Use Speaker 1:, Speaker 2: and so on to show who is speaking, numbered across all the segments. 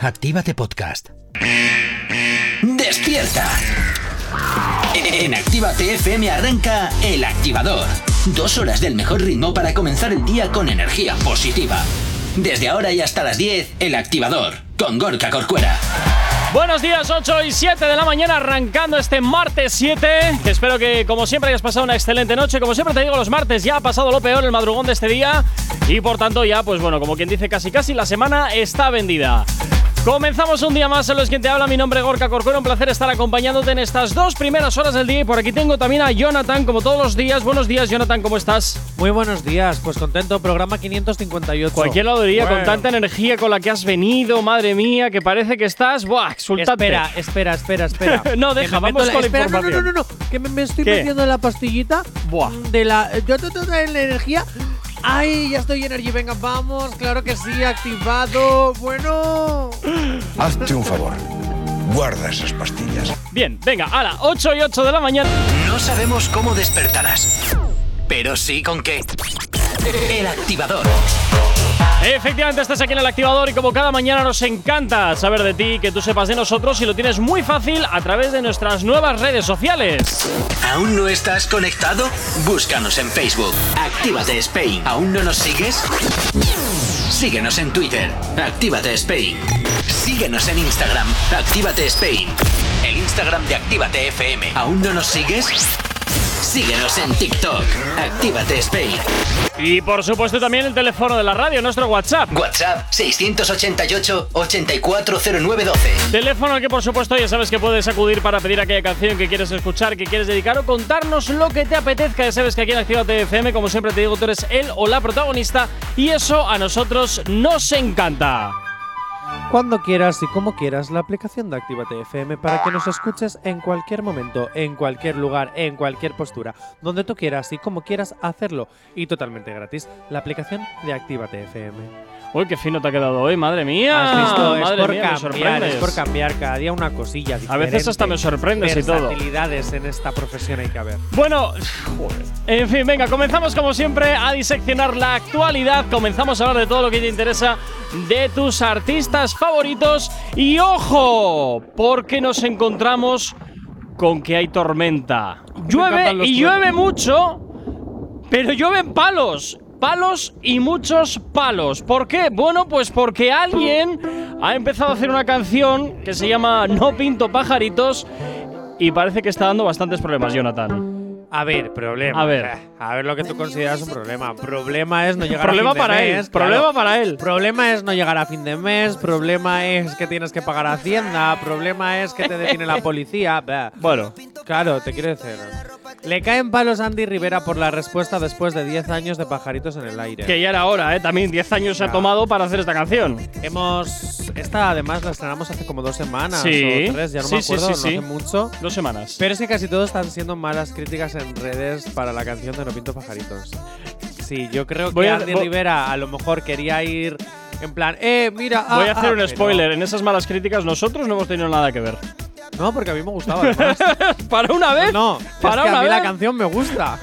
Speaker 1: Actívate Podcast.
Speaker 2: ¡Despierta! En Actívate FM arranca El Activador. Dos horas del mejor ritmo para comenzar el día con energía positiva. Desde ahora y hasta las 10, El Activador, con Gorka Corcuera.
Speaker 3: Buenos días, 8 y 7 de la mañana, arrancando este martes 7. Que espero que, como siempre, hayas pasado una excelente noche. Como siempre te digo, los martes ya ha pasado lo peor, el madrugón de este día. Y por tanto, ya, pues bueno, como quien dice, casi casi la semana está vendida. Comenzamos un día más en los que te habla. Mi nombre es Gorka Corcuero. Un placer estar acompañándote en estas dos primeras horas del día. Y por aquí tengo también a Jonathan, como todos los días. Buenos días, Jonathan, ¿cómo estás?
Speaker 4: Muy buenos días, pues contento, programa 558.
Speaker 3: Cualquier lado diría, con tanta energía con la que has venido, madre mía, que parece que estás, ¡buah! Exultante.
Speaker 4: Espera, espera, espera, espera.
Speaker 3: No, deja,
Speaker 4: Que me
Speaker 3: vamos
Speaker 4: meto
Speaker 3: con la
Speaker 4: espera, No, no,
Speaker 3: información.
Speaker 4: no, no, no, que me, me estoy
Speaker 3: ¿Qué?
Speaker 4: metiendo en la pastillita
Speaker 3: Buah.
Speaker 4: de la… Yo te tengo la energía… ¡Ay, ya estoy energy! Venga, vamos, claro que sí, activado. Bueno…
Speaker 5: Hazte un favor. Guarda esas pastillas.
Speaker 3: Bien, venga, a las 8 y 8 de la mañana.
Speaker 2: No sabemos cómo despertarás, pero sí con qué. El Activador.
Speaker 3: Efectivamente, estás aquí en el activador y como cada mañana nos encanta saber de ti, que tú sepas de nosotros y lo tienes muy fácil a través de nuestras nuevas redes sociales.
Speaker 2: ¿Aún no estás conectado? Búscanos en Facebook. Actívate Spain. ¿Aún no nos sigues? Síguenos en Twitter. Actívate Spain. Síguenos en Instagram. Actívate Spain. El Instagram de Actívate FM. ¿Aún no nos sigues? Síguenos en TikTok. Actívate Spain.
Speaker 3: Y por supuesto también el teléfono de la radio, nuestro WhatsApp.
Speaker 2: WhatsApp 688 840912.
Speaker 3: Teléfono al que por supuesto ya sabes que puedes acudir para pedir aquella canción que quieres escuchar, que quieres dedicar o contarnos lo que te apetezca. Ya sabes que aquí en Activa FM, como siempre te digo, tú eres el o la protagonista y eso a nosotros nos encanta.
Speaker 4: Cuando quieras y como quieras, la aplicación de Actívate FM para que nos escuches en cualquier momento, en cualquier lugar, en cualquier postura, donde tú quieras y como quieras hacerlo. Y totalmente gratis, la aplicación de Actívate FM.
Speaker 3: Uy, qué fino te ha quedado hoy, madre mía.
Speaker 4: ¿Has visto?
Speaker 3: Madre
Speaker 4: es por
Speaker 3: mía, me
Speaker 4: cambiar,
Speaker 3: sorprendes.
Speaker 4: es por cambiar cada día una cosilla diferente.
Speaker 3: A veces hasta me sorprendes y todo.
Speaker 4: Versatilidades en esta profesión hay que haber.
Speaker 3: Bueno, joder. en fin, venga, comenzamos como siempre a diseccionar la actualidad. Comenzamos a hablar de todo lo que te interesa de tus artistas favoritos. Y ojo, porque nos encontramos con que hay tormenta. Llueve
Speaker 4: encantan los
Speaker 3: y
Speaker 4: truenos.
Speaker 3: llueve mucho, pero llueven palos. Palos y muchos palos. ¿Por qué? Bueno, pues porque alguien ha empezado a hacer una canción que se llama No pinto pajaritos y parece que está dando bastantes problemas, Jonathan.
Speaker 4: A ver, problema. Eh,
Speaker 3: A ver.
Speaker 4: A ver lo que tú consideras un problema. Problema es no llegar
Speaker 3: Problema
Speaker 4: a fin de
Speaker 3: para él,
Speaker 4: mes.
Speaker 3: problema para él.
Speaker 4: Problema es no llegar a fin de mes. Problema es que tienes que pagar Hacienda. Problema es que te detiene la policía. bah.
Speaker 3: Bueno,
Speaker 4: Claro, te quiero decir. Le caen palos a Andy Rivera por la respuesta después de 10 años de pajaritos en el aire.
Speaker 3: que ya era hora, ¿eh? También 10 años se ha
Speaker 4: Ya.
Speaker 3: tomado para hacer esta canción.
Speaker 4: Hemos. Esta además la estrenamos hace como dos semanas
Speaker 3: Sí.
Speaker 4: o tres, ya no
Speaker 3: Sí,
Speaker 4: me
Speaker 3: sí,
Speaker 4: acuerdo,
Speaker 3: sí,
Speaker 4: no
Speaker 3: sí.
Speaker 4: hace mucho.
Speaker 3: Dos semanas.
Speaker 4: Pero es que casi todos están siendo malas críticas en redes para la canción de No Pinto Pajaritos. Sí, yo creo
Speaker 3: Voy
Speaker 4: que
Speaker 3: a-
Speaker 4: Andy
Speaker 3: vo-
Speaker 4: Rivera a lo mejor quería ir en plan, eh, mira. ah,
Speaker 3: Voy a hacer
Speaker 4: ah",
Speaker 3: un
Speaker 4: pero-
Speaker 3: spoiler. En esas malas críticas nosotros no hemos tenido nada que ver.
Speaker 4: No, porque a mí me gustaba además.
Speaker 3: ¿Para una vez?
Speaker 4: No,
Speaker 3: ¿Para
Speaker 4: es que
Speaker 3: una
Speaker 4: a mí
Speaker 3: vez?
Speaker 4: la canción me gusta.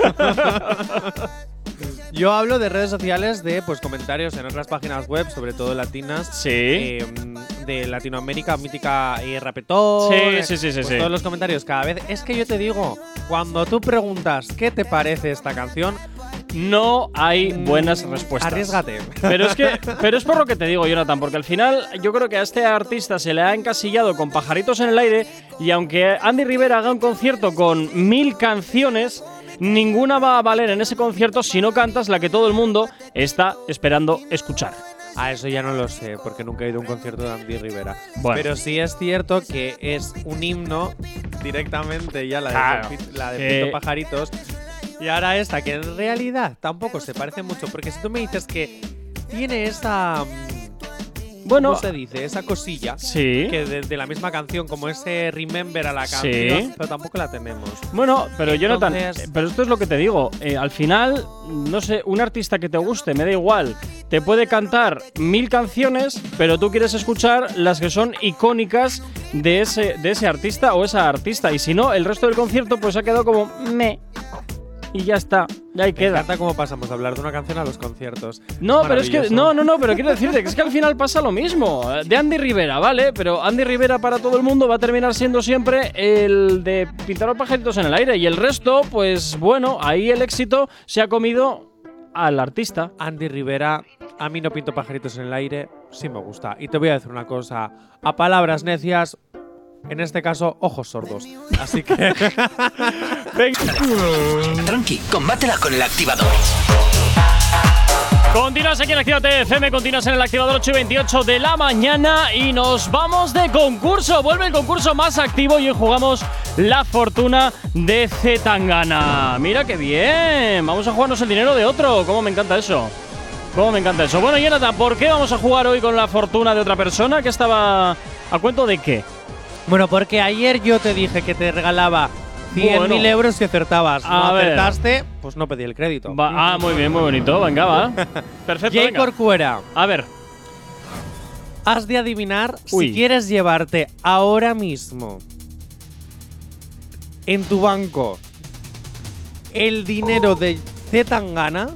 Speaker 4: Yo hablo de redes sociales, de pues comentarios en otras páginas web, sobre todo latinas,
Speaker 3: Sí.
Speaker 4: eh, mm, de Latinoamérica, mítica y Rapetón.
Speaker 3: Sí,
Speaker 4: eh,
Speaker 3: sí, sí, sí,
Speaker 4: pues
Speaker 3: sí.
Speaker 4: Todos los comentarios cada vez. Es que yo te digo, cuando tú preguntas qué te parece esta canción,
Speaker 3: No hay buenas
Speaker 4: mm,
Speaker 3: respuestas.
Speaker 4: Arriesgate.
Speaker 3: Pero es que, pero es por lo que te digo, Jonathan, porque al final yo creo que a este artista se le ha encasillado con pajaritos en el aire y aunque Andy Rivera haga un concierto con mil canciones, ninguna va a valer en ese concierto si no cantas la que todo el mundo está esperando escuchar.
Speaker 4: A Ah, eso ya no lo sé, porque nunca he ido a un concierto de Andy Rivera.
Speaker 3: Bueno.
Speaker 4: Pero sí es cierto que es un himno directamente, ya la de,
Speaker 3: Claro.
Speaker 4: Pit- la de
Speaker 3: Eh.
Speaker 4: Pito Pajaritos. Y ahora esta, que en realidad tampoco se parece mucho, porque si tú me dices que tiene esa. mm,
Speaker 3: Bueno.
Speaker 4: ¿Cómo se dice? Esa cosilla.
Speaker 3: Sí.
Speaker 4: Que de, de la misma canción, como ese remember a la
Speaker 3: Sí.
Speaker 4: canción, pero tampoco la tenemos.
Speaker 3: Bueno, pero Jonathan,
Speaker 4: Entonces-
Speaker 3: eh, pero esto es lo que te digo. eh, al final, no sé, un artista que te guste, me da igual, te puede cantar mil canciones, pero tú quieres escuchar las que son icónicas de ese, de ese artista o esa artista. Y si no, el resto del concierto pues ha quedado como me. y ya está. Y ahí
Speaker 4: Me
Speaker 3: queda.
Speaker 4: encanta cómo pasamos de hablar de una canción a los conciertos.
Speaker 3: No, pero es que. No,
Speaker 4: Maravilloso.
Speaker 3: no, no, pero quiero decirte que es que al final pasa lo mismo. eh, De Andy Rivera, ¿vale? Pero Andy Rivera para todo el mundo va a terminar siendo siempre el de pintar los pajaritos en el aire. Y el resto, pues bueno, ahí el éxito se ha comido al artista.
Speaker 4: Andy Rivera, a mí no pinto pajaritos en el aire, sí me gusta. Y te voy a decir una cosa, a palabras necias, en este caso, ojos sordos. Así que
Speaker 2: Tranqui, combátela con el activador.
Speaker 3: Continúas aquí en Actívate FM, continúas en el activador 8 y 28 de la mañana y nos vamos de concurso. Vuelve el concurso más activo y hoy jugamos la fortuna de Zetangana. Mira qué bien, vamos a jugarnos el dinero de otro. ¿Cómo me encanta eso? ¿Cómo me encanta eso? Bueno, Jonathan, ¿por qué vamos a jugar hoy con la fortuna de otra persona que estaba a cuento de qué?
Speaker 4: Bueno, porque ayer yo te dije que te regalaba 100.000
Speaker 3: Bueno.
Speaker 4: euros si acertabas. No
Speaker 3: A ver.
Speaker 4: acertaste, pues no pedí el crédito.
Speaker 3: Va- ah, muy bien, muy bonito. Venga, va. Perfecto,
Speaker 4: Jay
Speaker 3: venga.
Speaker 4: Corcuera,
Speaker 3: A ver,
Speaker 4: has de adivinar
Speaker 3: Uy.
Speaker 4: si quieres llevarte ahora mismo en tu banco el dinero de Zetangana.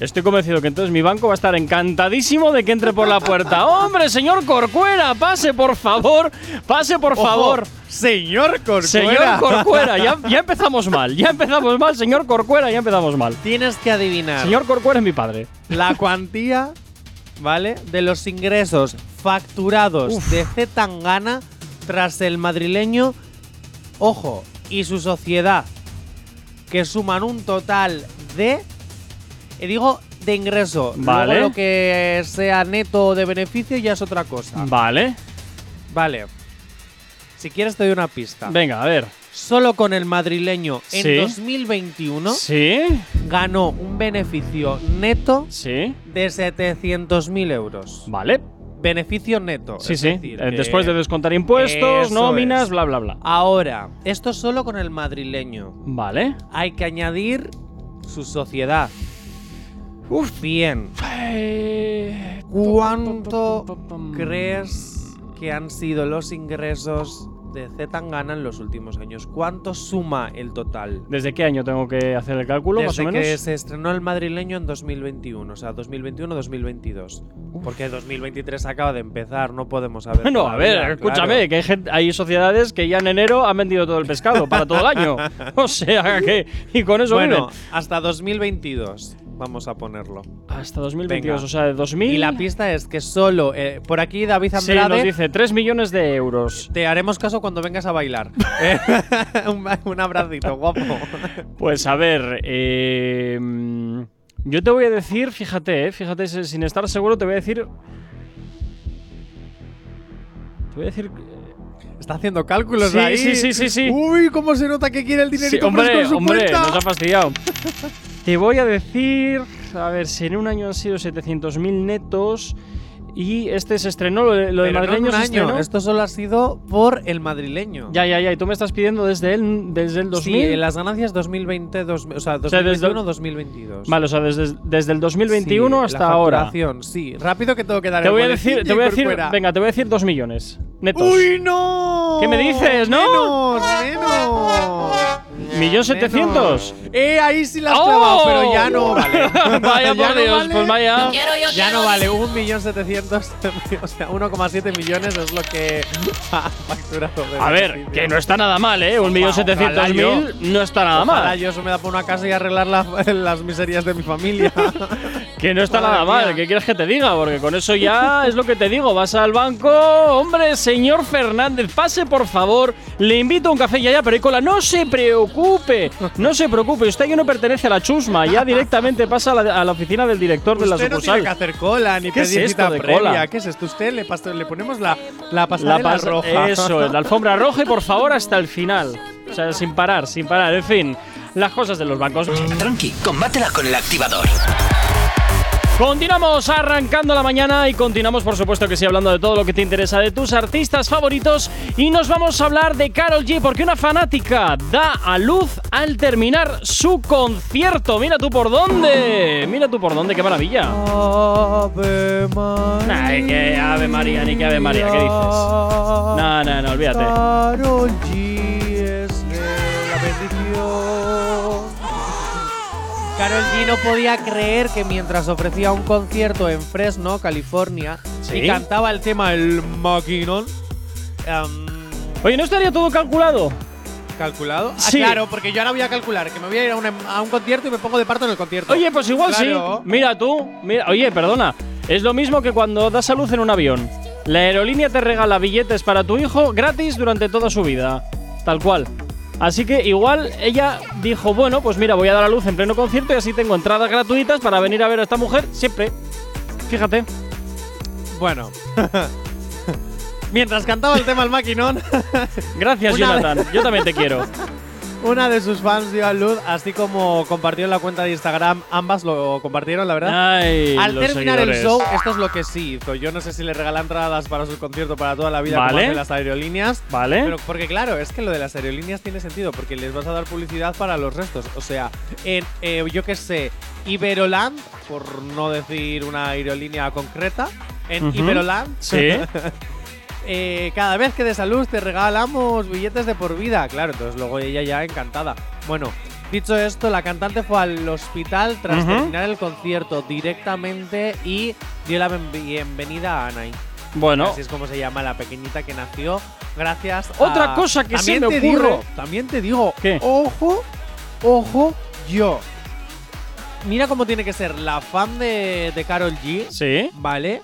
Speaker 3: Estoy convencido que entonces mi banco va a estar encantadísimo de que entre por la puerta. ¡Hombre, señor Corcuera! ¡Pase, por favor! ¡Pase, por
Speaker 4: Ojo,
Speaker 3: favor!
Speaker 4: señor Corcuera.
Speaker 3: Señor Corcuera, ya, ya empezamos mal. Ya empezamos mal, señor Corcuera, ya empezamos mal.
Speaker 4: Tienes que adivinar
Speaker 3: Señor Corcuera es mi padre.
Speaker 4: la cuantía, ¿vale? De los ingresos facturados de Zetangana tras el madrileño, ojo, y su sociedad, que suman un total de, eh, digo, de ingreso. Luego
Speaker 3: Vale.
Speaker 4: lo que sea neto o de beneficio ya es otra cosa.
Speaker 3: Vale.
Speaker 4: vale. Si quieres te doy una pista.
Speaker 3: Venga, a ver.
Speaker 4: Solo con el madrileño en
Speaker 3: Sí.
Speaker 4: 2021
Speaker 3: Sí,
Speaker 4: ganó un beneficio neto
Speaker 3: sí.
Speaker 4: de 700.000 euros.
Speaker 3: Vale.
Speaker 4: Beneficio neto.
Speaker 3: Sí,
Speaker 4: es
Speaker 3: sí.
Speaker 4: decir,
Speaker 3: Eh,
Speaker 4: que
Speaker 3: Después de descontar impuestos,
Speaker 4: Eso
Speaker 3: nóminas,
Speaker 4: es.
Speaker 3: bla, bla, bla.
Speaker 4: Ahora, esto solo con el madrileño.
Speaker 3: Vale.
Speaker 4: Hay que añadir su sociedad. Uf. Bien. ¿Cuánto crees que han sido los ingresos de Zetangana en los últimos años? ¿Cuánto suma el total?
Speaker 3: ¿Desde qué año tengo que hacer el cálculo, más o
Speaker 4: Desde
Speaker 3: menos?
Speaker 4: que se estrenó el madrileño en 2021, o sea, 2021-2022. Porque 2023 acaba de empezar, no podemos saber.
Speaker 3: Bueno, a ver,
Speaker 4: todavía,
Speaker 3: escúchame,
Speaker 4: claro.
Speaker 3: que hay, gente- hay sociedades que ya en enero han vendido todo el pescado para todo el año. O sea que. Y con eso
Speaker 4: Bueno,
Speaker 3: viven.
Speaker 4: hasta 2022 vamos a ponerlo.
Speaker 3: Hasta 2022,
Speaker 4: Venga.
Speaker 3: o sea, de 2000.
Speaker 4: Y la pista es que solo eh, por aquí David
Speaker 3: sí, nos
Speaker 4: Andrade
Speaker 3: dice 3 millones de euros.
Speaker 4: te haremos caso cuando vengas a bailar. Eh, un, un abracito, guapo.
Speaker 3: Pues a ver, eh, mm, yo te voy a decir, fíjate, eh, fíjate, si- sin estar seguro, te voy a decir. Te voy a decir.
Speaker 4: Está haciendo cálculos
Speaker 3: Sí,
Speaker 4: ahí.
Speaker 3: sí, sí, sí, sí.
Speaker 4: Uy, cómo se nota que quiere el dinerito
Speaker 3: Sí,
Speaker 4: fresco
Speaker 3: hombre,
Speaker 4: en su
Speaker 3: hombre,
Speaker 4: cuenta.
Speaker 3: nos ha fastidiado. Te voy a decir, a ver, si en un año han sido 700.000 netos y este se estrenó, lo, de- lo de
Speaker 4: Pero no en
Speaker 3: madrileño este,
Speaker 4: un
Speaker 3: se
Speaker 4: año,
Speaker 3: estrenó.
Speaker 4: Esto solo ha sido por el madrileño.
Speaker 3: Ya, ya, ya, y tú me estás pidiendo desde el, desde el 2000.
Speaker 4: Sí, las ganancias 2020, dos- o sea,
Speaker 3: sea, desde-
Speaker 4: 2021, 2022.
Speaker 3: Vale, o sea, desde, desde el 2021
Speaker 4: Sí, la
Speaker 3: hasta ahora.
Speaker 4: facturación, Sí, rápido que tengo que dar
Speaker 3: Te
Speaker 4: el
Speaker 3: voy a
Speaker 4: boletín,
Speaker 3: decir, te voy a
Speaker 4: Jay
Speaker 3: decir,
Speaker 4: Corcuera.
Speaker 3: venga, te voy a decir 2 millones netos.
Speaker 4: ¡Uy, no!
Speaker 3: ¿Qué me dices, no?
Speaker 4: ¡Menos, menos!
Speaker 3: ¿Millón setecientos?
Speaker 4: Menos. ¡Eh, ahí sí la has
Speaker 3: ¡Oh!
Speaker 4: clavado, pero ya no vale!
Speaker 3: vaya
Speaker 4: Ya
Speaker 3: por
Speaker 4: no
Speaker 3: Dios,
Speaker 4: vale.
Speaker 3: pues vaya.
Speaker 4: Ya no vale, 1.700.000, o sea, 1,7 millones es lo que ha facturado. de
Speaker 3: A ver,
Speaker 4: beneficio.
Speaker 3: que no está nada mal, ¿eh? Un millón
Speaker 4: ojalá
Speaker 3: setecientos mil no está nada
Speaker 4: Ojalá
Speaker 3: mal.
Speaker 4: yo eso me da por una casa y arreglar la- las miserias de mi familia.
Speaker 3: Que no está
Speaker 4: Madre
Speaker 3: nada
Speaker 4: mía.
Speaker 3: mal, ¿qué quieres que te diga? Porque con eso ya es lo que te digo, vas al banco, hombre, señor Fernández, pase por favor, le invito a un café ya, ya, pero y cola, no se preocupe, no se preocupe, usted ya no pertenece a la chusma, ya directamente pasa a la, a la oficina del director de la
Speaker 4: Usted no tiene
Speaker 3: sucursal.
Speaker 4: que hacer cola ni
Speaker 3: ¿Qué es
Speaker 4: pedir
Speaker 3: esto
Speaker 4: cita
Speaker 3: de
Speaker 4: previa.
Speaker 3: cola?
Speaker 4: ¿Qué es esto? Usted le, pas- le ponemos la, la
Speaker 3: La
Speaker 4: pasarela
Speaker 3: pas-
Speaker 4: roja.
Speaker 3: Eso es, la alfombra roja y por favor hasta el final. O sea, sin parar, sin parar, en fin, las cosas de los bancos.
Speaker 2: Tranqui, combátela con el activador.
Speaker 3: Continuamos arrancando la mañana y continuamos, por supuesto, que sí, hablando de todo lo que te interesa de tus artistas favoritos. Y nos vamos a hablar de Carol G, porque una fanática da a luz al terminar su concierto. Mira tú por dónde, mira tú por dónde, qué maravilla.
Speaker 4: Ave María.
Speaker 3: Ay, qué Ave María, ni qué Ave María, ¿qué dices? No, no, no, olvídate.
Speaker 4: Karol G es de la bendición. Carol G no podía creer que mientras ofrecía un concierto en Fresno, California,
Speaker 3: Sí.
Speaker 4: y cantaba el tema El Maquinón. em,
Speaker 3: Oye, ¿no estaría todo calculado?
Speaker 4: ¿Calculado? Ah,
Speaker 3: Sí.
Speaker 4: claro, porque yo ahora voy a calcular, que me voy a ir a, una- a un concierto y me pongo de parto en el concierto.
Speaker 3: Oye, pues igual
Speaker 4: Claro.
Speaker 3: sí. Mira tú, mira, oye, perdona. Es lo mismo que cuando das a luz en un avión. La aerolínea te regala billetes para tu hijo gratis durante toda su vida. Tal cual. Así que igual ella dijo, bueno, pues mira, voy a dar a luz en pleno concierto y así tengo entradas gratuitas para venir a ver a esta mujer siempre. Fíjate.
Speaker 4: Bueno. Mientras cantaba el tema El Maquinón,
Speaker 3: Gracias,
Speaker 4: Una vez-
Speaker 3: Jonathan. Yo también te quiero.
Speaker 4: una de sus fans dio a luz, así como compartió en la cuenta de Instagram, ambas lo compartieron, la verdad.
Speaker 3: Ay,
Speaker 4: Al
Speaker 3: los
Speaker 4: terminar el
Speaker 3: seguidores.
Speaker 4: show, esto es lo que sí hizo. Yo no sé si le regalan entradas para su concierto para toda la vida como
Speaker 3: Vale. ¿Eh?
Speaker 4: hacen las aerolíneas.
Speaker 3: Vale.
Speaker 4: Pero porque claro, es que lo de las aerolíneas tiene sentido, porque les vas a dar publicidad para los restos. O sea, en, eh, yo qué sé, Iberoland, por no decir una aerolínea concreta, en
Speaker 3: Ujú.
Speaker 4: Iberoland,
Speaker 3: Sí.
Speaker 4: eh, cada vez que de salud te regalamos billetes de por vida. Claro, entonces luego ella ya encantada. Bueno, dicho esto, la cantante fue al hospital tras
Speaker 3: Ujú.
Speaker 4: terminar el concierto directamente y dio la ben- bienvenida a Anaí.
Speaker 3: Bueno.
Speaker 4: Así es como se llama la pequeñita que nació. Gracias. a-
Speaker 3: Otra cosa que se
Speaker 4: también
Speaker 3: me
Speaker 4: te
Speaker 3: ocurre.
Speaker 4: digo, también te digo,
Speaker 3: ¿Qué?
Speaker 4: ojo, ojo, yo. Mira cómo tiene que ser la fan de, de Carol G.
Speaker 3: Sí.
Speaker 4: ¿Vale?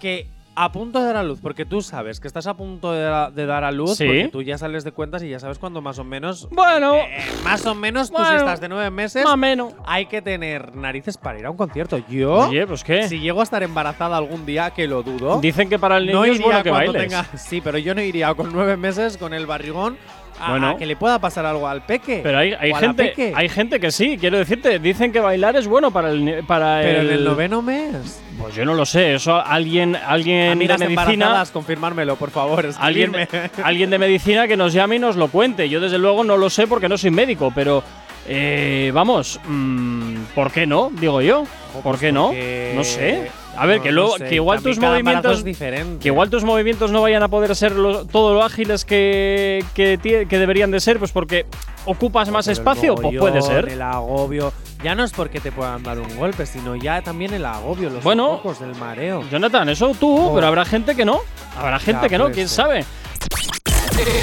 Speaker 4: Que a punto de dar a luz, porque tú sabes que estás a punto de, da- de dar a luz,
Speaker 3: Sí.
Speaker 4: porque tú ya sales de cuentas y ya sabes cuándo más o menos.
Speaker 3: Bueno,
Speaker 4: eh, más o menos tú si
Speaker 3: Bueno.
Speaker 4: estás de nueve meses.
Speaker 3: más o menos.
Speaker 4: Hay que tener narices para ir a un concierto. Yo,
Speaker 3: Oye, pues qué.
Speaker 4: si llego a estar embarazada algún día, que lo dudo.
Speaker 3: Dicen que para el niño
Speaker 4: ¿Oh? no
Speaker 3: es
Speaker 4: iría
Speaker 3: bueno que
Speaker 4: cuando
Speaker 3: bailes.
Speaker 4: tenga- Sí, pero yo no iría con nueve meses con el barrigón a, a
Speaker 3: Bueno.
Speaker 4: que le pueda pasar algo al peque.
Speaker 3: Pero hay, hay
Speaker 4: o a la
Speaker 3: gente,
Speaker 4: peque.
Speaker 3: hay gente que sí, quiero decirte, dicen que bailar es bueno para el ni- para
Speaker 4: Pero
Speaker 3: el,
Speaker 4: en el noveno mes.
Speaker 3: Pues yo no lo sé, eso alguien alguien de
Speaker 4: Amigas
Speaker 3: medicina,
Speaker 4: embarazadas, confirmármelo, por favor.
Speaker 3: alguien
Speaker 4: escribidme.
Speaker 3: alguien de medicina que nos llame y nos lo cuente. Yo desde luego no lo sé porque no soy médico, pero eh, vamos, mm, ¿por qué no? Digo yo, ¿por qué no?
Speaker 4: Pues porque-
Speaker 3: No sé. A ver,
Speaker 4: No,
Speaker 3: que
Speaker 4: no
Speaker 3: luego
Speaker 4: sé,
Speaker 3: que igual
Speaker 4: también
Speaker 3: tus
Speaker 4: cada embarazo
Speaker 3: movimientos
Speaker 4: es diferente.
Speaker 3: Que igual tus movimientos no vayan a poder ser lo- todo lo ágiles que, que, tie- que deberían de ser, pues porque ocupas más
Speaker 4: Pero el
Speaker 3: espacio, pues puede
Speaker 4: mogollón,
Speaker 3: ser.
Speaker 4: El agobio. Ya no es porque te puedan dar un golpe, sino ya también el agobio, los
Speaker 3: Bueno.
Speaker 4: ojos del mareo.
Speaker 3: Jonathan, eso tú,
Speaker 4: Joder.
Speaker 3: pero habrá gente que no. Habrá gente que no,
Speaker 4: puede
Speaker 3: quién
Speaker 4: ser.
Speaker 3: sabe.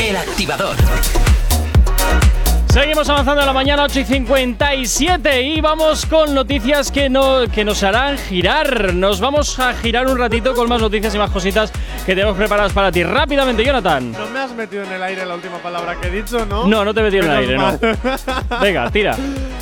Speaker 2: El activador.
Speaker 3: Seguimos avanzando en la mañana, 8 y 57, y vamos con noticias que, no, que nos harán girar. Nos vamos a girar un ratito con más noticias y más cositas que tenemos preparadas para ti. Rápidamente, Jonathan.
Speaker 4: No me has metido en el aire la última palabra que he dicho, ¿no?
Speaker 3: No, no te metí en el aire,
Speaker 4: Menos
Speaker 3: no. Venga, tira.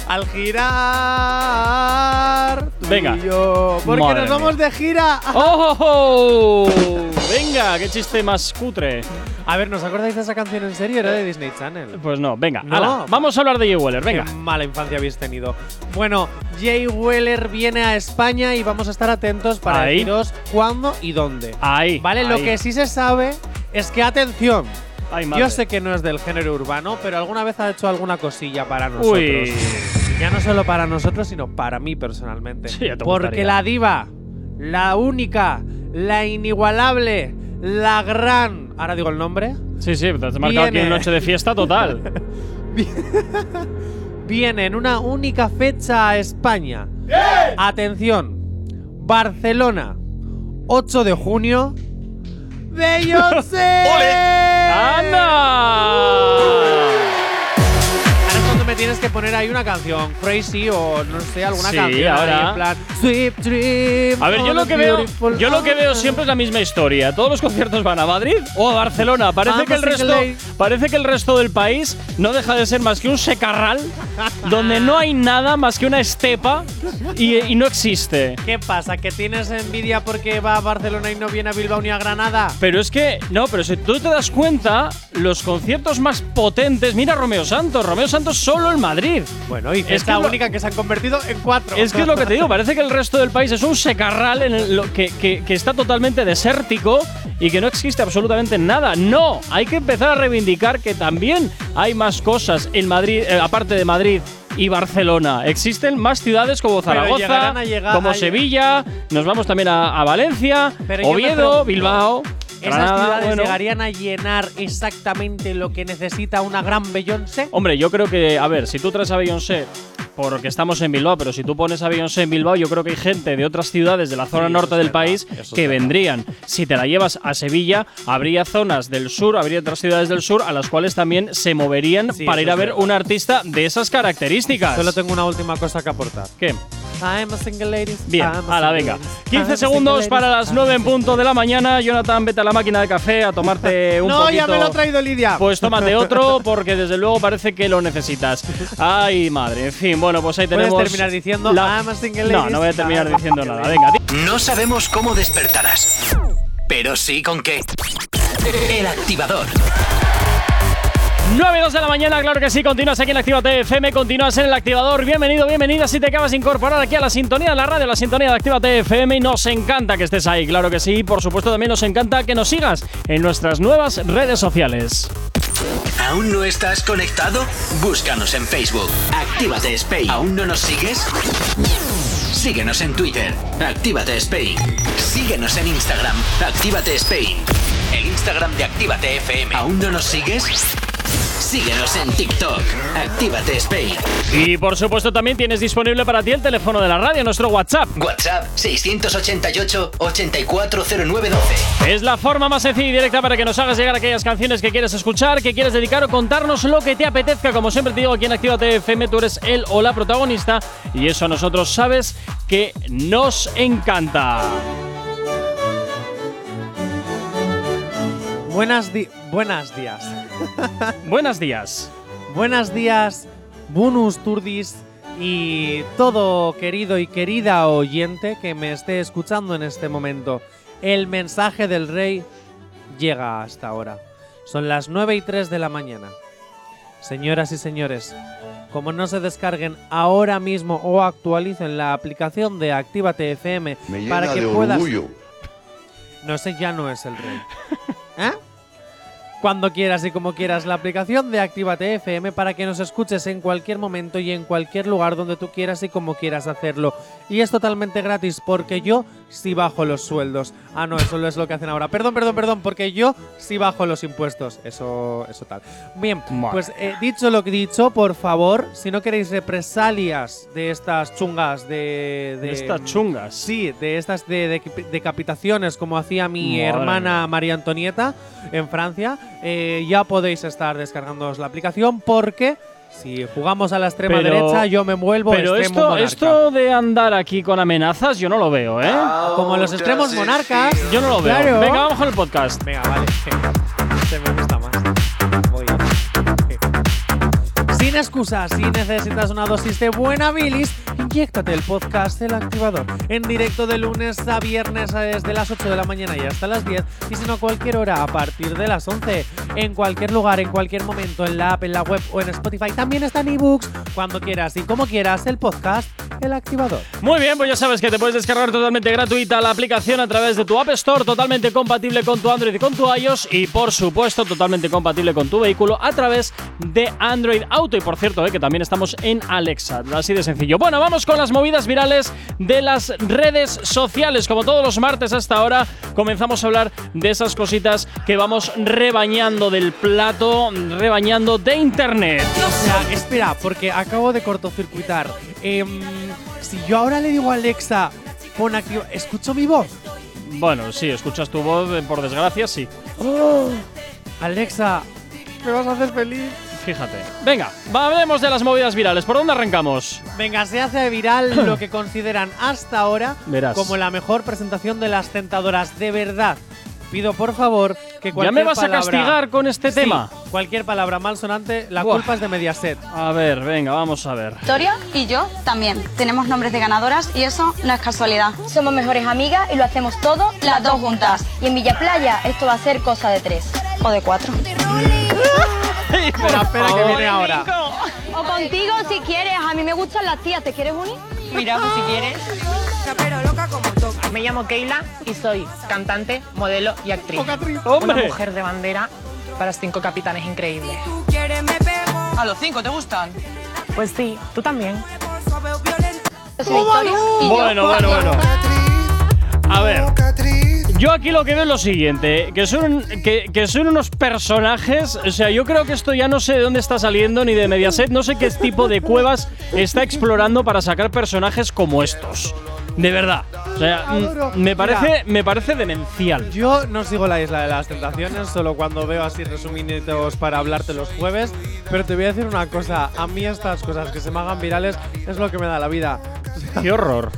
Speaker 4: Al girar. tú
Speaker 3: Venga.
Speaker 4: y yo. Porque
Speaker 3: Madre
Speaker 4: nos vamos de gira.
Speaker 3: ¡Oh! oh, oh! Venga, qué chiste más cutre.
Speaker 4: A ver, ¿nos acordáis de esa canción en serio? Era de Disney Channel.
Speaker 3: Pues no, venga,
Speaker 4: No.
Speaker 3: ala, vamos a hablar de Jay Weller, venga.
Speaker 4: Qué mala infancia habéis tenido. Bueno, Jay Weller viene a España y vamos a estar atentos para
Speaker 3: Ahí.
Speaker 4: deciros cuándo y dónde.
Speaker 3: Ahí.
Speaker 4: Vale, lo
Speaker 3: ahí.
Speaker 4: que sí se sabe es que, atención,
Speaker 3: Ay, madre.
Speaker 4: yo sé que no es del género urbano, pero alguna vez ha hecho alguna cosilla para nosotros.
Speaker 3: Uy.
Speaker 4: Ya no solo para nosotros, sino para mí personalmente.
Speaker 3: Sí, ya te
Speaker 4: Porque
Speaker 3: gustaría.
Speaker 4: la diva, la única, la inigualable, la gran. Ahora digo el nombre.
Speaker 3: Sí, sí, te has marcado aquí
Speaker 4: Viene.
Speaker 3: una noche de fiesta total.
Speaker 4: Viene en una única fecha a España. Atención. Barcelona, 8 de junio. ¡Beyoncé!
Speaker 3: ¡Anda!
Speaker 4: Ahora es cuando me tienes que poner ahí una canción, Crazy o no sé, alguna
Speaker 3: Sí,
Speaker 4: canción. ahí
Speaker 3: ahora.
Speaker 4: en plan, Sweet Dream.
Speaker 3: A ver, yo
Speaker 4: on
Speaker 3: lo
Speaker 4: a
Speaker 3: que veo,
Speaker 4: beautiful
Speaker 3: yo lo que veo siempre es la misma historia. Todos los conciertos van a Madrid o a Barcelona. Parece
Speaker 4: Vamos
Speaker 3: que el
Speaker 4: a
Speaker 3: resto,
Speaker 4: Chile.
Speaker 3: parece que el resto del país no deja de ser más que un secarral donde no hay nada más que una estepa y, y no existe.
Speaker 4: ¿Qué pasa? ¿Que tienes envidia porque va a Barcelona y no viene a Bilbao ni a Granada?
Speaker 3: Pero es que, no, pero si tú te das cuenta, los conciertos más potentes, mira Romeo Santos, Romeo Santos solo en Madrid.
Speaker 4: Bueno, y
Speaker 3: que
Speaker 4: es la
Speaker 3: es lo-
Speaker 4: única que se han convertido en cuatro.
Speaker 3: Es que es lo que te digo, parece que el resto del país es un secarral en el- lo que, que- que está totalmente desértico y que no existe absolutamente nada. No, hay que empezar a reivindicar que también hay más cosas en Madrid, eh, aparte de Madrid y Barcelona. Existen más ciudades como
Speaker 4: Pero
Speaker 3: Zaragoza,
Speaker 4: llegarán a llegar-
Speaker 3: como
Speaker 4: a-
Speaker 3: Sevilla, nos vamos también a, a Valencia,
Speaker 4: Pero yo me
Speaker 3: Oviedo,
Speaker 4: pregunto,
Speaker 3: Bilbao.
Speaker 4: Esas
Speaker 3: Granada,
Speaker 4: ciudades
Speaker 3: bueno.
Speaker 4: llegarían a llenar exactamente lo que necesita una gran Beyoncé.
Speaker 3: Hombre, yo creo que, a ver, si tú traes a Beyoncé porque estamos en Bilbao, pero si tú pones a Beyoncé en Bilbao, yo creo que hay gente de otras ciudades de la zona norte del país que vendrían. Si te la llevas a Sevilla, habría zonas del sur, habría otras ciudades del sur a las cuales también se moverían
Speaker 4: Sí,
Speaker 3: para
Speaker 4: eso
Speaker 3: ir a
Speaker 4: es
Speaker 3: ver
Speaker 4: verdad.
Speaker 3: un artista de esas características.
Speaker 4: Solo tengo una última cosa que aportar.
Speaker 3: ¿Qué?
Speaker 4: I'm a single lady.
Speaker 3: Bien,
Speaker 4: I'm
Speaker 3: a la
Speaker 4: single
Speaker 3: venga.
Speaker 4: lady. I'm
Speaker 3: 15
Speaker 4: a
Speaker 3: segundos
Speaker 4: single
Speaker 3: para
Speaker 4: lady.
Speaker 3: las 9 en punto de la mañana. Jonathan, vete a la máquina de café a tomarte un
Speaker 4: no, ya me lo ha
Speaker 3: poquito-
Speaker 4: traído Lidia.
Speaker 3: Pues tómate otro porque desde luego parece que lo necesitas. Ay, madre. En fin, bueno, pues ahí
Speaker 4: Puedes
Speaker 3: tenemos.
Speaker 4: terminar diciendo, "I'm a single
Speaker 3: No,
Speaker 4: ladies,
Speaker 3: no voy a terminar
Speaker 4: I'm a
Speaker 3: diciendo
Speaker 4: single
Speaker 3: nada. Venga, di-
Speaker 2: No sabemos cómo despertarás, pero sí con qué. El activador.
Speaker 3: 9 y 2 de la mañana, claro que sí. Continúas aquí en Actívate FM, continúas en el activador. Bienvenido, bienvenida. Si te acabas de incorporar aquí a la sintonía de la radio, a la sintonía de Actívate FM, y nos encanta que estés ahí, claro que sí. Por supuesto, también nos encanta que nos sigas en nuestras nuevas redes sociales.
Speaker 2: ¿Aún no estás conectado? Búscanos en Facebook. Actívate Spain. ¿Aún no nos sigues? Síguenos en Twitter. Actívate Spain. Síguenos en Instagram. Actívate Spain. El Instagram de Actívate FM. ¿Aún no nos sigues? Síguenos en TikTok. Actívate Spain.
Speaker 3: Y por supuesto, también tienes disponible para ti el teléfono de la radio, nuestro WhatsApp.
Speaker 2: WhatsApp 688 840912.
Speaker 3: Es la forma más sencilla y directa para que nos hagas llegar aquellas canciones que quieres escuchar, que quieres dedicar o contarnos lo que te apetezca. Como siempre te digo aquí en Actívate FM, tú eres el o la protagonista y eso a nosotros sabes que nos encanta.
Speaker 4: Buenas, di- buenas días.
Speaker 3: Buenos días.
Speaker 4: Buenas días, bonus turdis y todo querido y querida oyente que me esté escuchando en este momento. El mensaje del rey llega hasta ahora. Son las 9 y 3 de la mañana. Señoras y señores, como no se descarguen ahora mismo o actualicen la aplicación de Actívate FM
Speaker 1: Me llena
Speaker 4: para que
Speaker 1: de
Speaker 4: puedas
Speaker 1: orgullo.
Speaker 4: no, ese ya no es el rey. ¿Eh? Cuando quieras y como quieras, la aplicación de Actívate FM para que nos escuches en cualquier momento y en cualquier lugar donde tú quieras y como quieras hacerlo. Y es totalmente gratis porque yo sí bajo los sueldos. Ah, no, eso no es lo que hacen ahora. Perdón, perdón, perdón, porque yo sí bajo los impuestos. Eso, eso tal. Bien,
Speaker 3: Madre
Speaker 4: pues eh, dicho lo que dicho, por favor, si no queréis represalias de estas chungas de. de
Speaker 3: Estas chungas.
Speaker 4: Sí, de estas de, de- decapitaciones como hacía mi
Speaker 3: Madre
Speaker 4: hermana María Antonieta en Francia, eh, ya podéis estar descargándoos la aplicación porque si jugamos a la extrema
Speaker 3: Pero-
Speaker 4: derecha yo me envuelvo
Speaker 3: Pero
Speaker 4: extremo
Speaker 3: esto,
Speaker 4: monarca.
Speaker 3: esto de andar aquí con amenazas, yo no lo veo, ¿eh?
Speaker 4: como los extremos monarcas,
Speaker 3: Yo no lo veo.
Speaker 4: Ah. Claro.
Speaker 3: Venga, vamos con el podcast.
Speaker 4: Venga, vale. Este me gusta más. Voy. Sin excusas, si necesitas una dosis de buena bilis, inyectate el podcast El Activador. En directo de lunes a viernes eh, desde las 8 de la mañana y hasta las 10. Y si no, a cualquier hora, a partir de las 11. En cualquier lugar, en cualquier momento, en la app, en la web o en Spotify. También están ebooks. Cuando quieras y como quieras, el podcast El Activador.
Speaker 3: Muy bien, pues ya sabes que te puedes descargar totalmente gratuita la aplicación a través de tu App Store, totalmente compatible con tu Android y con tu iOS y por supuesto totalmente compatible con tu vehículo a través de Android Auto y por cierto eh, que también estamos en Alexa, así de sencillo. Bueno, vamos con las movidas virales de las redes sociales, como todos los martes hasta ahora comenzamos a hablar de esas cositas que vamos rebañando del plato, rebañando de internet.
Speaker 4: O sea, espera, porque acabo de cortocircuitar. Em, si yo ahora le digo a Alexa, pon aquí, escucho mi voz.
Speaker 3: Bueno, sí, escuchas tu voz, eh, por desgracia, sí.
Speaker 4: Alexa, me vas a hacer feliz.
Speaker 3: Fíjate. Venga, va, hablemos de las movidas virales. ¿Por dónde arrancamos?
Speaker 4: Venga, se hace viral lo que consideran hasta ahora
Speaker 3: Verás.
Speaker 4: como la mejor presentación de las tentadoras. De verdad, pido por favor que
Speaker 3: ¿Ya
Speaker 4: cualquier
Speaker 3: me vas
Speaker 4: palabra-
Speaker 3: a castigar con este
Speaker 4: Sí,
Speaker 3: tema?
Speaker 4: Cualquier palabra mal sonante, la
Speaker 3: Buah.
Speaker 4: culpa es de Mediaset.
Speaker 3: A ver, venga, vamos a ver.
Speaker 6: Victoria y yo también tenemos nombres de ganadoras y eso no es casualidad. Somos mejores amigas y lo hacemos todo las dos juntas. Y en Villa Playa esto va a ser cosa de tres o de cuatro.
Speaker 4: Espera, espera, que viene ahora.
Speaker 6: O contigo si quieres. A mí me gustan las tías. ¿Te quieres unir?
Speaker 7: Mira, pues si quieres.
Speaker 8: Pero loca como toca.
Speaker 7: Me llamo Keila y soy cantante, modelo y actriz. Una
Speaker 3: ¡Hombre!
Speaker 7: mujer de bandera para cinco capitanes increíbles.
Speaker 8: Tú quieres, me pego.
Speaker 7: Ah,
Speaker 9: ¿A los cinco te gustan?
Speaker 7: Pues sí, tú también.
Speaker 8: Suave o violento.
Speaker 6: Yo soy Victoria y yo
Speaker 3: Bueno, bueno, bueno. A ver. Yo aquí lo que veo es lo siguiente, que son, que, que son unos personajes, o sea, yo creo que esto ya no sé de dónde está saliendo ni de Mediaset, no sé qué tipo de cuevas está explorando para sacar personajes como estos. De verdad. O sea, mm, me parece, me parece demencial.
Speaker 4: Yo no sigo la isla de las tentaciones, solo cuando veo así resumiditos para hablarte los jueves, pero te voy a decir una cosa, a mí estas cosas que se me hagan virales es lo que me da la vida.
Speaker 3: Qué horror.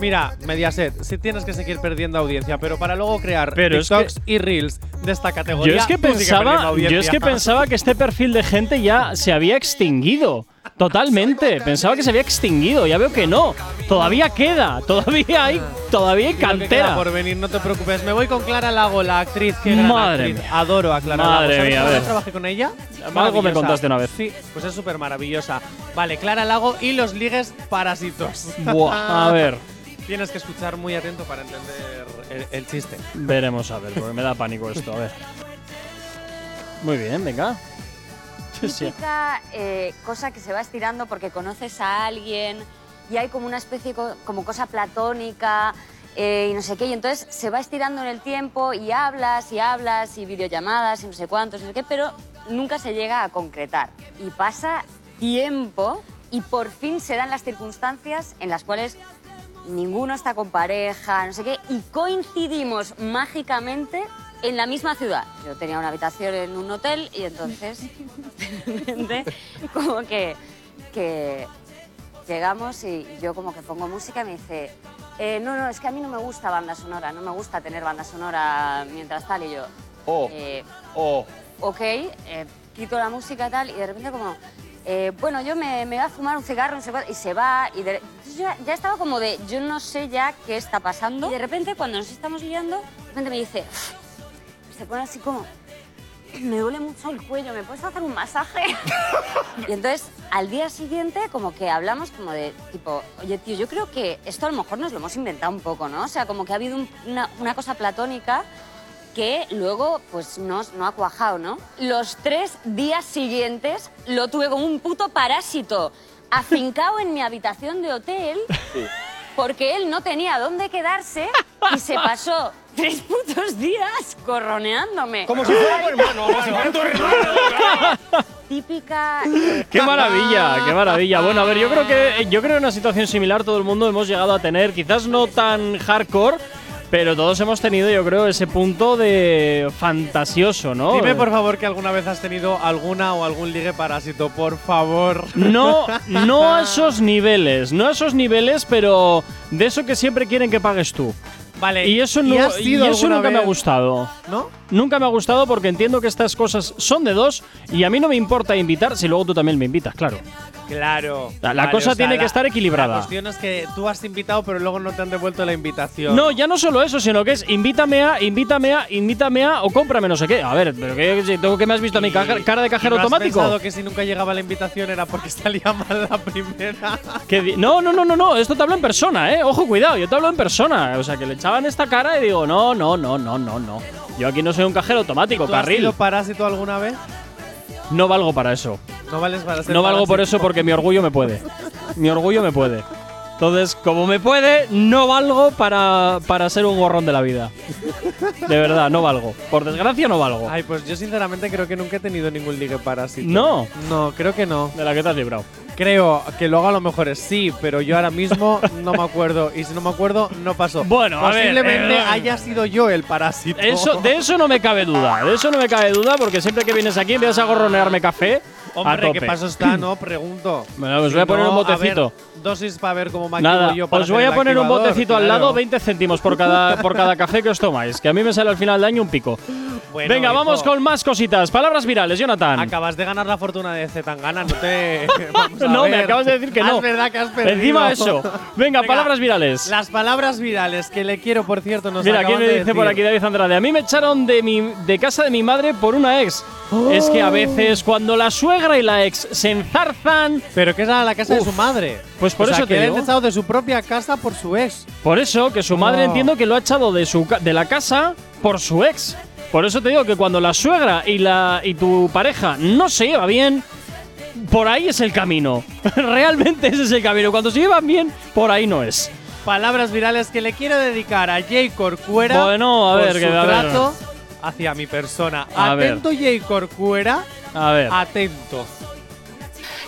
Speaker 4: Mira, Mediaset, si tienes que seguir perdiendo audiencia, pero para luego crear
Speaker 3: Pero es
Speaker 4: TikToks y Reels de esta
Speaker 3: Yo
Speaker 4: categoría.
Speaker 3: es que
Speaker 4: tú sigue perdiendo
Speaker 3: pensaba, yo
Speaker 4: audiencia.
Speaker 3: es que pensaba que este perfil de gente ya se había extinguido. Totalmente. Pensaba que se había extinguido. Ya veo que no. Todavía queda. Todavía hay, todavía hay
Speaker 4: Y lo que queda
Speaker 3: cantera.
Speaker 4: por venir, no te preocupes. Me voy con Clara Lago, la actriz que gran
Speaker 3: Madre
Speaker 4: actriz.
Speaker 3: mía.
Speaker 4: Adoro a Clara
Speaker 3: Madre
Speaker 4: Lago. ¿Sabes
Speaker 3: mía, a
Speaker 4: cuándo
Speaker 3: ver.
Speaker 4: trabajé con ella?
Speaker 3: Algo me
Speaker 4: Maravillosa.
Speaker 3: contaste una vez.
Speaker 4: Sí, pues es súper maravillosa. Vale, Clara Lago y los ligues parásitos.
Speaker 3: Buah, a ver.
Speaker 4: Tienes que escuchar muy atento para entender el, el chiste.
Speaker 3: Veremos a ver, porque me da pánico esto. A ver. Muy bien, venga. Sí, sí.
Speaker 1: típica eh, cosa que se va estirando porque conoces a alguien y hay como una especie co- como cosa platónica eh, y no sé qué y entonces se va estirando en el tiempo y hablas y hablas y videollamadas y no sé cuántos y no sé qué pero nunca se llega a concretar y pasa tiempo y por fin se dan las circunstancias en las cuales ninguno está con pareja, no sé qué, y coincidimos mágicamente en la misma ciudad. Yo tenía una habitación en un hotel y entonces, de repente, como que, que llegamos y yo como que pongo música y me dice, "Eh, no, no, es que a mí no me gusta banda sonora, no me gusta tener banda sonora mientras tal, y yo,
Speaker 3: Oh,
Speaker 1: "Eh,
Speaker 3: oh.
Speaker 1: ok, eh, quito la música tal, y de repente como, eh, bueno, yo me, me voy a fumar un cigarro, no sé cuál, y se va, y de- entonces yo ya, ya estaba como de, yo no sé ya qué está pasando, y de repente cuando nos estamos liando, de repente me dice, se pone así como, me duele mucho el cuello, ¿me puedes hacer un masaje? y entonces al día siguiente como que hablamos como de tipo, oye tío, yo creo que esto a lo mejor nos lo hemos inventado un poco, ¿no? O sea, como que ha habido un- una, una cosa platónica que luego pues no, no ha cuajado, ¿no? Los tres días siguientes lo tuve como un puto parásito, afincado en mi habitación de hotel, porque él no tenía dónde quedarse y se pasó tres putos días corroneándome.
Speaker 9: Como si fuera tu hermano. Como si fuera tu hermano.
Speaker 1: Típica... eh,
Speaker 3: Qué maravilla, qué maravilla. Bueno, a ver, yo creo que yo creo que en una situación similar todo el mundo hemos llegado a tener, quizás no tan hardcore, pero todos hemos tenido, yo creo, ese punto de fantasioso, ¿no?
Speaker 4: Dime por favor que alguna vez has tenido alguna o algún ligue parásito, por favor.
Speaker 3: No, no a esos niveles, no a esos niveles, pero de eso que siempre quieren que pagues tú.
Speaker 4: Vale.
Speaker 3: Y eso, no,
Speaker 4: Eh, has sido
Speaker 3: y eso
Speaker 4: alguna
Speaker 3: nunca me ha
Speaker 4: vez-
Speaker 3: gustado.
Speaker 4: ¿No?
Speaker 3: Nunca me ha gustado porque entiendo que estas cosas son de dos y a mí no me importa invitar si luego tú también me invitas, claro.
Speaker 4: Claro.
Speaker 3: La- la cosa tiene que estar equilibrada.
Speaker 4: La cuestión es que tú has invitado, pero luego no te han devuelto la invitación.
Speaker 3: No, ya no solo eso, sino que es invítame a, invítame a, invítame a o cómprame no sé qué. A ver, pero que si tengo que me has visto a mi caja- cara de cajero
Speaker 4: ¿Y no
Speaker 3: automático.
Speaker 4: Has pensado que si nunca llegaba la invitación era porque salía mal la primera.
Speaker 3: Que di- no, no, no, no, no, esto te hablo en persona, eh. Ojo, cuidado, yo te hablo en persona. O sea, que le echaban esta cara y digo, no, no, no, no, no, no. Yo aquí no soy un cajero automático,
Speaker 4: ¿Tú has
Speaker 3: carril.
Speaker 4: sido parásito alguna vez?
Speaker 3: No valgo para eso.
Speaker 4: No vales para ser
Speaker 3: No valgo por
Speaker 4: parásito.
Speaker 3: eso porque mi orgullo me puede. Mi orgullo me puede. Entonces, como me puede, no valgo para, para ser un gorrón de la vida. De verdad, no valgo. Por desgracia, no valgo.
Speaker 4: Ay, pues yo sinceramente creo que nunca he tenido ningún ligue parásito.
Speaker 3: No.
Speaker 4: No, creo que no.
Speaker 3: De la que te has librado.
Speaker 4: Creo que luego a lo mejor es sí, pero yo ahora mismo no me acuerdo. Y si no me acuerdo, no pasó.
Speaker 3: Bueno, a ver,
Speaker 4: Posiblemente
Speaker 3: eh,
Speaker 4: haya sido yo el parásito.
Speaker 3: Eso, de eso no me cabe duda, de eso no me cabe duda, porque siempre que vienes aquí empiezas a gorronearme café. a
Speaker 4: Hombre,
Speaker 3: tope.
Speaker 4: ¿qué paso está? No, pregunto.
Speaker 3: Bueno, os voy a poner un botecito.
Speaker 4: ver, dosis para ver cómo me activo
Speaker 3: Nada,
Speaker 4: yo para
Speaker 3: os voy
Speaker 4: hacer
Speaker 3: a
Speaker 4: el
Speaker 3: poner un
Speaker 4: activador,
Speaker 3: botecito al
Speaker 4: claro.
Speaker 3: lado, 20 céntimos por cada, por cada café que os tomáis, que a mí me sale al final del año un pico.
Speaker 4: Bueno,
Speaker 3: Venga,
Speaker 4: hijo.
Speaker 3: vamos con más cositas. Palabras virales, Jonathan.
Speaker 4: Acabas de ganar la fortuna de Zetangana, no te. vamos a
Speaker 3: no, me
Speaker 4: ver.
Speaker 3: acabas de decir que
Speaker 4: Ah,
Speaker 3: no.
Speaker 4: Es verdad que has perdido.
Speaker 3: Encima eso. Venga, palabras virales.
Speaker 4: Las palabras virales que le quiero, por cierto, nos
Speaker 3: Mira,
Speaker 4: acaban
Speaker 3: ¿quién me
Speaker 4: de
Speaker 3: dice por aquí
Speaker 4: decir.
Speaker 3: David Andrade? A mí me echaron de, mi, de casa de mi madre por una ex. Es que a veces cuando la suegra y la ex se enzarzan,
Speaker 4: Pero que es a la casa de
Speaker 3: Uf.
Speaker 4: su madre.
Speaker 3: Pues por
Speaker 4: O sea,
Speaker 3: eso te
Speaker 4: que le
Speaker 3: digo.
Speaker 4: han echado de su propia casa por su ex.
Speaker 3: Por eso, que su madre
Speaker 4: Oh.
Speaker 3: entiendo que lo ha echado de, su ca- de la casa por su ex. Por eso te digo que cuando la suegra y, la, y tu pareja no se lleva bien, por ahí es el camino. Realmente ese es el camino. Cuando se llevan bien, por ahí no es.
Speaker 4: Palabras virales que le quiero dedicar a Jay Corcuera.
Speaker 3: Bueno, a
Speaker 4: por
Speaker 3: ver,
Speaker 4: su
Speaker 3: que- a ver.
Speaker 4: trato hacia mi persona.
Speaker 3: A ver.
Speaker 4: atento, Jay Corcuera.
Speaker 3: A ver.
Speaker 4: Ah. Atento.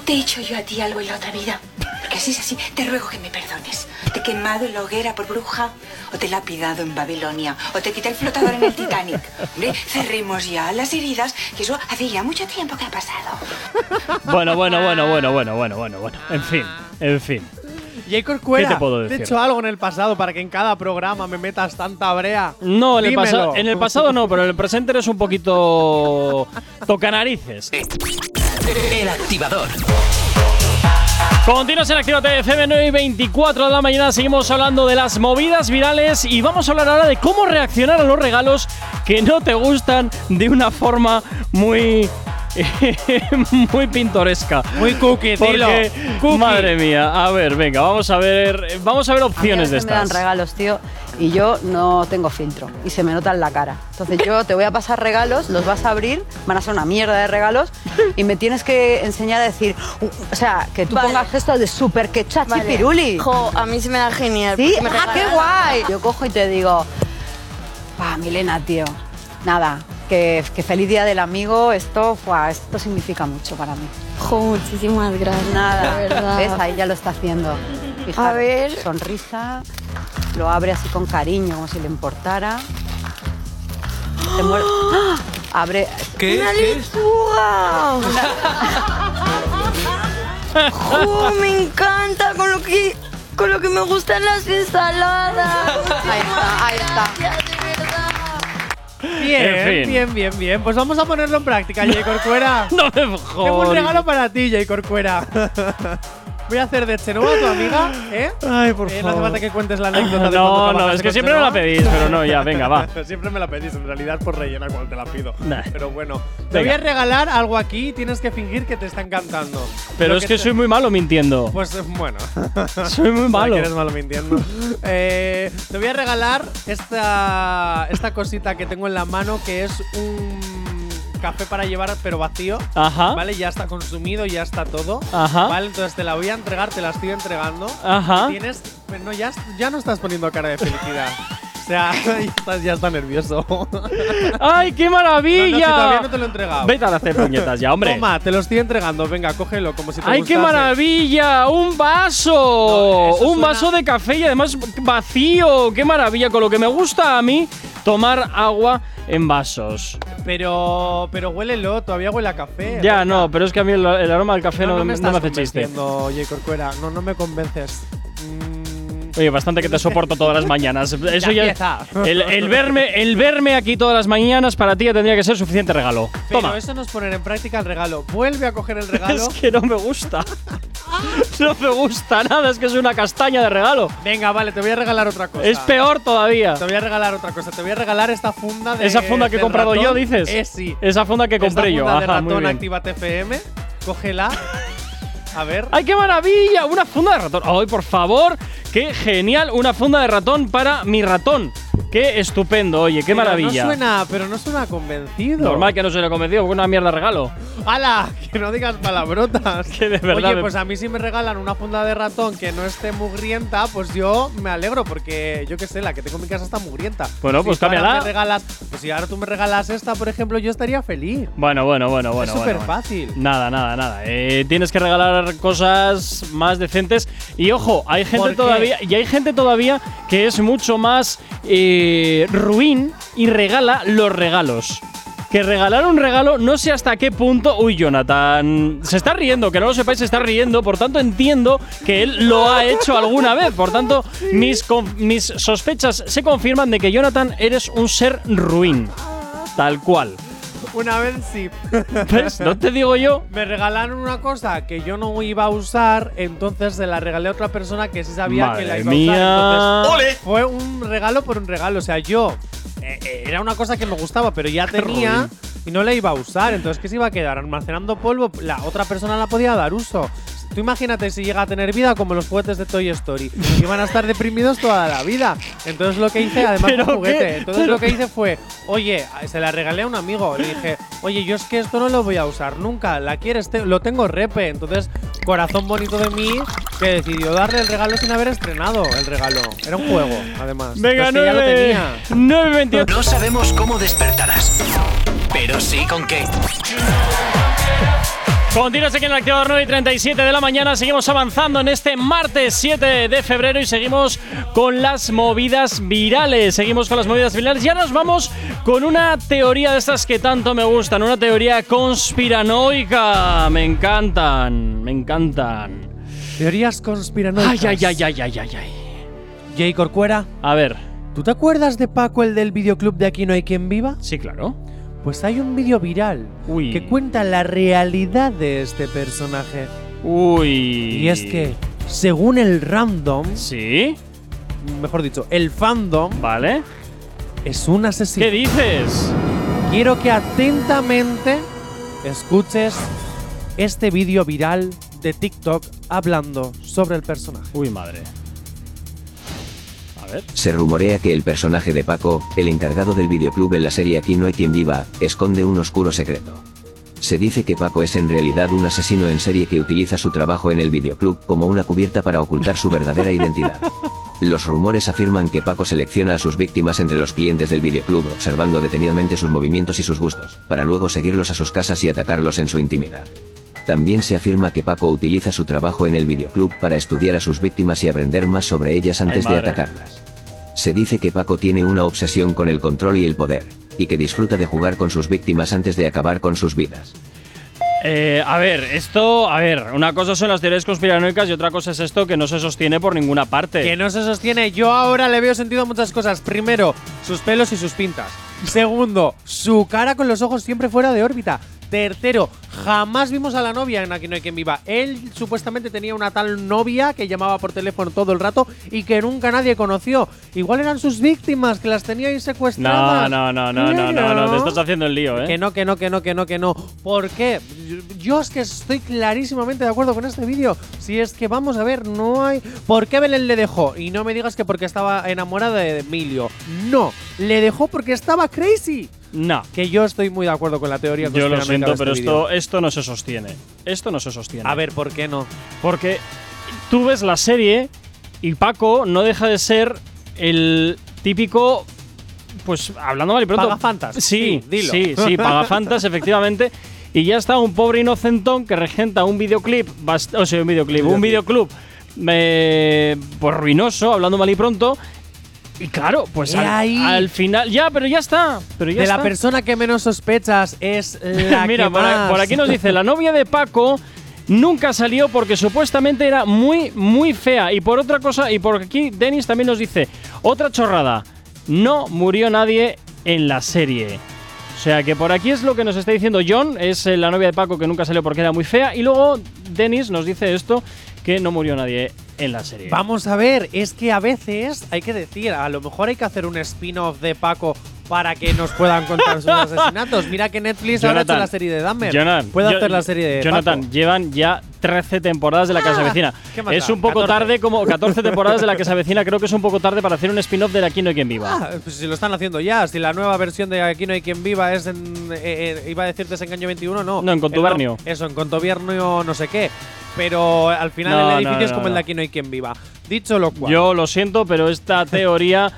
Speaker 10: Te he hecho yo a ti algo en la otra vida. Porque así es así, te ruego que me perdones. Te he quemado en la hoguera por bruja, o te he lapidado en Babilonia, o te quité el flotador en el Titanic. Hombre, cerremos ya las heridas, que eso hace ya mucho tiempo que ha pasado.
Speaker 3: Bueno, bueno, bueno, bueno, bueno, bueno, bueno, bueno. En fin, en fin.
Speaker 4: Jay Corcuera.
Speaker 3: ¿Qué te puedo decir?
Speaker 4: he hecho algo en el pasado para que en cada programa me metas tanta brea.
Speaker 3: No, en el,
Speaker 4: Dímelo.
Speaker 3: pasado, en el pasado no, pero en el presente eres un poquito tocanarices.
Speaker 2: El activador.
Speaker 3: Continuas en Actívate FM 9 y 24 de la mañana. Seguimos hablando de las movidas virales y vamos a hablar ahora de cómo reaccionar a los regalos que no te gustan de una forma muy. muy pintoresca.
Speaker 4: Muy cookie, dilo.
Speaker 3: Porque,
Speaker 4: Cookie.
Speaker 3: madre mía, a ver, venga, vamos a ver, vamos a ver
Speaker 11: A mí a
Speaker 3: opciones de
Speaker 11: veces me dan
Speaker 3: estas.
Speaker 11: regalos, tío, y yo no tengo filtro y se me nota en la cara. Entonces yo te voy a pasar regalos, los vas a abrir, van a ser una mierda de regalos y me tienes que enseñar a decir, "Uh", o sea, que tú pongas gestos de súper que chachi
Speaker 12: Vale.
Speaker 11: piruli.
Speaker 12: Jo, a mí se me da genial.
Speaker 11: ¿Sí?
Speaker 12: porque me
Speaker 11: ¡Ah, qué
Speaker 12: regalan-
Speaker 11: guay! Yo cojo y te digo, pa, Milena, tío, nada, que, que feliz día del amigo, esto, fuá, esto significa mucho para mí.
Speaker 12: Jo, muchísimas gracias.
Speaker 11: Nada,
Speaker 12: de verdad.
Speaker 11: ¿Ves? Ahí ya lo está haciendo. Fijaros,
Speaker 12: A ver.
Speaker 11: Sonrisa. Lo abre así con cariño, como si le importara. Te muer- ¡Ah! Abre.
Speaker 13: ¿Qué?
Speaker 12: ¡Una
Speaker 13: ¿Qué?
Speaker 12: lechuga! ¡Jo, me encanta! Con lo que, con lo que me gustan las ensaladas.
Speaker 11: Ahí está, ahí está.
Speaker 4: Bien,
Speaker 3: En fin.
Speaker 4: bien, bien, bien. Pues vamos a ponerlo en práctica, Jay Corcuera.
Speaker 3: No me
Speaker 4: Tengo un
Speaker 3: jodas.
Speaker 4: regalo para ti, Jay Corcuera. Voy a hacer de Chenoa tu amiga, ¿eh?
Speaker 3: Ay, por
Speaker 4: Eh, No hace
Speaker 3: favor.
Speaker 4: falta que cuentes la anécdota de
Speaker 3: No,
Speaker 4: cuando
Speaker 3: no,
Speaker 4: trabajaste
Speaker 3: es que
Speaker 4: con
Speaker 3: siempre me la
Speaker 4: Chenoa.
Speaker 3: pedís, pero no, ya, venga, va.
Speaker 4: siempre me la pedís, en realidad por rellena cuando te la pido.
Speaker 3: Nah.
Speaker 4: Pero bueno,
Speaker 3: Venga.
Speaker 4: te voy a regalar algo aquí y tienes que fingir que te están cantando.
Speaker 3: Pero
Speaker 4: Lo
Speaker 3: es que
Speaker 4: se-
Speaker 3: soy muy malo mintiendo.
Speaker 4: Pues eh, bueno.
Speaker 3: Soy muy malo.
Speaker 4: Eres malo mintiendo. Eh, te voy a regalar esta, esta cosita que tengo en la mano, que es un café para llevar, pero vacío.
Speaker 3: Ajá.
Speaker 4: ¿Vale? Ya está consumido, ya está todo.
Speaker 3: Ajá.
Speaker 4: ¿Vale? Entonces te la voy a entregar, te la estoy entregando.
Speaker 3: Ajá.
Speaker 4: Y Tienes. pero No, ya, ya no estás poniendo cara de felicidad. O sea, ya estás, ya estás nervioso.
Speaker 3: ¡Ay, qué maravilla!
Speaker 4: No, no, si todavía no te lo he entregado.
Speaker 3: Vete a hacer puñetas ya, hombre.
Speaker 4: Toma, te lo estoy entregando. Venga, cógelo como si te
Speaker 3: ¡Ay, qué
Speaker 4: gustase.
Speaker 3: maravilla! ¡Un vaso!
Speaker 4: eso
Speaker 3: un
Speaker 4: suena-
Speaker 3: vaso de café y además vacío. ¡Qué maravilla! Con lo que me gusta a mí, tomar agua en vasos.
Speaker 4: Pero, pero huélelo, todavía huele a café.
Speaker 3: Ya, no, pero es que a mí el, el aroma del café no, no me,
Speaker 4: estás
Speaker 3: hace chiste.
Speaker 4: convenciendo, Jay Corcuera. No, no me convences. Mm,
Speaker 3: Oye, bastante que te soporto todas las mañanas. Eso ya.
Speaker 4: empieza.
Speaker 3: El, el verme, el verme aquí todas las mañanas para ti ya tendría que ser suficiente regalo.
Speaker 4: pero
Speaker 3: Toma.
Speaker 4: eso no es poner en práctica el regalo. Vuelve a coger el regalo.
Speaker 3: Es que no me gusta. no me gusta nada, es que es una castaña de regalo.
Speaker 4: Venga, vale, te voy a regalar otra cosa.
Speaker 3: Es peor todavía.
Speaker 4: Te voy a regalar otra cosa. Te voy a regalar esta funda de.
Speaker 3: Esa funda que he
Speaker 4: del
Speaker 3: comprado yo,
Speaker 4: ratón.
Speaker 3: dices.
Speaker 4: Eh, sí.
Speaker 3: Esa funda que compré
Speaker 4: Esta
Speaker 3: yo.
Speaker 4: funda de
Speaker 3: Ajá, muy
Speaker 4: ratón
Speaker 3: bien.
Speaker 4: activa TFM. Cógela. A ver.
Speaker 3: ¡Ay, qué maravilla! Una funda de ratón. ¡Ay, por favor! ¡Qué genial! Una funda de ratón para mi ratón. ¡Qué estupendo! Oye, qué
Speaker 4: Pero
Speaker 3: maravilla.
Speaker 4: No suena, pero no suena convencido.
Speaker 3: Normal que no se lo he convencido, porque una mierda de regalo.
Speaker 4: ¡Hala! Que no digas palabrotas.
Speaker 3: Que de verdad
Speaker 4: Oye,
Speaker 3: me-
Speaker 4: pues a mí si me regalan una funda de ratón que no esté mugrienta, pues yo me alegro porque yo qué sé, la que tengo en mi casa está mugrienta.
Speaker 3: Bueno,
Speaker 4: Si
Speaker 3: pues
Speaker 4: tú ahora
Speaker 3: cámbiala.
Speaker 4: me regalas, pues si ahora tú me regalas esta, por ejemplo, yo estaría feliz.
Speaker 3: Bueno, bueno, bueno, bueno. bueno, bueno.
Speaker 4: superfácil.
Speaker 3: Nada, nada, nada. Eh, tienes que regalar cosas más decentes. Y ojo, hay
Speaker 4: ¿Por
Speaker 3: gente
Speaker 4: qué?
Speaker 3: todavía. Y hay gente todavía que es mucho más eh, ruin y regala los regalos. Que regalar un regalo, no sé hasta qué punto. Uy, Jonathan. Se está riendo, que no lo sepáis, se está riendo. Por tanto, entiendo que él lo ha hecho alguna vez. Por tanto, mis, conf- mis sospechas se confirman de que Jonathan eres un ser ruin. Tal cual.
Speaker 4: Una vez sí.
Speaker 3: ¿Ves? No te digo yo.
Speaker 4: Me regalaron una cosa que yo no iba a usar, entonces se la regalé a otra persona que sí sabía
Speaker 3: Madre
Speaker 4: que la iba
Speaker 3: mía.
Speaker 4: a usar.
Speaker 3: ¡Ole!
Speaker 4: Entonces, fue un regalo por un regalo. O sea, yo eh, eh, era una cosa que me gustaba, pero ya tenía y no la iba a usar. Entonces, ¿qué se iba a quedar? Almacenando polvo, la otra persona la podía dar uso. Tú imagínate si llega a tener vida como los juguetes de Toy Story. Iban a estar deprimidos toda la vida. Entonces lo que hice, además
Speaker 3: ¿Pero
Speaker 4: fue un juguete.
Speaker 3: qué?
Speaker 4: Entonces
Speaker 3: ¿Pero
Speaker 4: lo que hice fue, oye, se la regalé a un amigo. Le dije, oye, yo es que esto no lo voy a usar nunca. ¿La quieres? Te- lo tengo repe. Entonces corazón bonito de mí, que decidió darle el regalo sin haber estrenado el regalo. Era un juego, además.
Speaker 3: Venga,
Speaker 4: Pero es pues, que ya lo
Speaker 3: 9,
Speaker 4: tenía.
Speaker 3: 9.28.
Speaker 2: No sabemos cómo despertarás, pero sí con qué.
Speaker 3: Continuas aquí en el activador 9 y 37 de la mañana. Seguimos avanzando en este martes 7 de febrero y seguimos con las movidas virales. Seguimos con las movidas virales. Ya nos vamos con una teoría de estas que tanto me gustan. Una teoría conspiranoica. Me encantan, me encantan.
Speaker 4: Teorías conspiranoicas.
Speaker 3: Ay, ay, ay, ay, ay, ay.
Speaker 4: Jay Corcuera.
Speaker 3: A ver.
Speaker 4: ¿Tú te acuerdas de Paco, el del videoclub de Aquí no hay quien viva?
Speaker 3: Sí, claro.
Speaker 4: Pues hay un vídeo viral
Speaker 3: Uy.
Speaker 4: que cuenta la realidad de este personaje.
Speaker 3: Uy.
Speaker 4: Y es que, según el random.
Speaker 3: Sí.
Speaker 4: Mejor dicho, el fandom.
Speaker 3: Vale.
Speaker 4: Es un asesino.
Speaker 3: ¿Qué dices?
Speaker 4: Quiero que atentamente escuches este vídeo viral de TikTok hablando sobre el personaje.
Speaker 3: Uy, madre.
Speaker 13: Se rumorea que el personaje de Paco, el encargado del videoclub en la serie Aquí no hay quien viva, esconde un oscuro secreto. Se dice que Paco es en realidad un asesino en serie que utiliza su trabajo en el videoclub como una cubierta para ocultar su verdadera identidad. Los rumores afirman que Paco selecciona a sus víctimas entre los clientes del videoclub observando detenidamente sus movimientos y sus gustos, para luego seguirlos a sus casas y atacarlos en su intimidad. También se afirma que Paco utiliza su trabajo en el videoclub para estudiar a sus víctimas y aprender más sobre ellas antes de
Speaker 14: madre.
Speaker 13: atacarlas. Se dice que Paco tiene una obsesión con el control y el poder, y que disfruta de jugar con sus víctimas antes de acabar con sus vidas.
Speaker 3: Eh, a ver, esto, a ver, una cosa son las teorías conspiranoicas y otra cosa es esto que no se sostiene por ninguna parte.
Speaker 4: Que no se sostiene. Yo ahora le veo sentido a muchas cosas. Primero, sus pelos y sus pintas. Segundo, su cara con los ojos siempre fuera de órbita. Tercero, jamás vimos a la novia en Aquí no hay quien viva. Él supuestamente tenía una tal novia que llamaba por teléfono todo el rato y que nunca nadie conoció. Igual eran sus víctimas que las tenía ahí
Speaker 3: No,
Speaker 4: secuestradas.
Speaker 3: no, no, no, no, no, no, te
Speaker 4: Claro.
Speaker 3: estás haciendo el lío, ¿eh?
Speaker 4: Que no, que no, que no, que no, que no. ¿Por qué? Yo- Yo es que estoy clarísimamente de acuerdo con este vídeo. Si es que vamos a ver, no hay. ¿Por qué Belén le dejó? Y no me digas que porque estaba enamorada de Emilio. No, le dejó porque estaba crazy.
Speaker 3: No.
Speaker 4: Que yo estoy muy de acuerdo con la teoría.
Speaker 3: Yo lo
Speaker 4: conspiranoica de
Speaker 3: siento,
Speaker 4: este
Speaker 3: pero
Speaker 4: vídeo.
Speaker 3: esto, esto no se sostiene. Esto no se sostiene.
Speaker 4: A ver, ¿por qué no?
Speaker 3: Porque tú ves la serie y Paco no deja de ser el típico. Pues hablando mal y pronto.
Speaker 4: Pagafantas.
Speaker 3: Sí,
Speaker 4: Sí, dilo.
Speaker 3: sí, sí, pagafantas, efectivamente. Y ya está un pobre inocentón que regenta un videoclip, bast- o sea, un videoclip, un videoclub eh, pues ruinoso, hablando mal y pronto. Y claro, pues
Speaker 4: He
Speaker 3: al,
Speaker 4: ahí.
Speaker 3: al final, ya, pero ya está. Pero ya
Speaker 4: de la
Speaker 3: está.
Speaker 4: persona que menos sospechas es la
Speaker 3: Mira,
Speaker 4: que
Speaker 3: por, a-
Speaker 4: más.
Speaker 3: por aquí nos dice, la novia de Paco nunca salió porque supuestamente era muy, muy fea. Y por otra cosa, y por aquí Denis también nos dice, otra chorrada, no murió nadie en la serie. O sea que por aquí es lo que nos está diciendo John, es eh, la novia de Paco que nunca salió porque era muy fea. Y luego Denis nos dice esto, que no murió nadie en la serie.
Speaker 4: Eh, Vamos a ver, es que a veces hay que decir, a lo mejor hay que hacer un spin-off de Paco para que nos puedan contar sus asesinatos. Mira que Netflix ahora ha hecho
Speaker 3: Jonathan,
Speaker 4: la serie de Dahmer.
Speaker 3: Jonathan,
Speaker 4: Puede
Speaker 3: yo-
Speaker 4: hacer la serie de
Speaker 3: Jonathan,
Speaker 4: Paco. Ah,
Speaker 3: llevan ya 13 temporadas de la casa vecina.
Speaker 4: ¿qué más
Speaker 3: Es
Speaker 4: da?
Speaker 3: un poco
Speaker 4: 14.
Speaker 3: tarde, como 14 temporadas de la casa vecina. Creo que es un poco tarde para hacer un spin-off de Aquí no hay quien viva.
Speaker 4: Ah, pues si lo están haciendo ya, si la nueva versión de Aquí no hay quien viva es en, eh, eh, iba a decir desengaño 21, no.
Speaker 3: No, en Contubernio.
Speaker 4: Eh, no, Eso, en contubernio no sé qué. Pero al final
Speaker 3: No,
Speaker 4: el
Speaker 3: no,
Speaker 4: edificio es
Speaker 3: no,
Speaker 4: como el
Speaker 3: no.
Speaker 4: de Aquí no hay quien viva. Dicho lo cual,
Speaker 3: Yo lo siento, pero esta teoría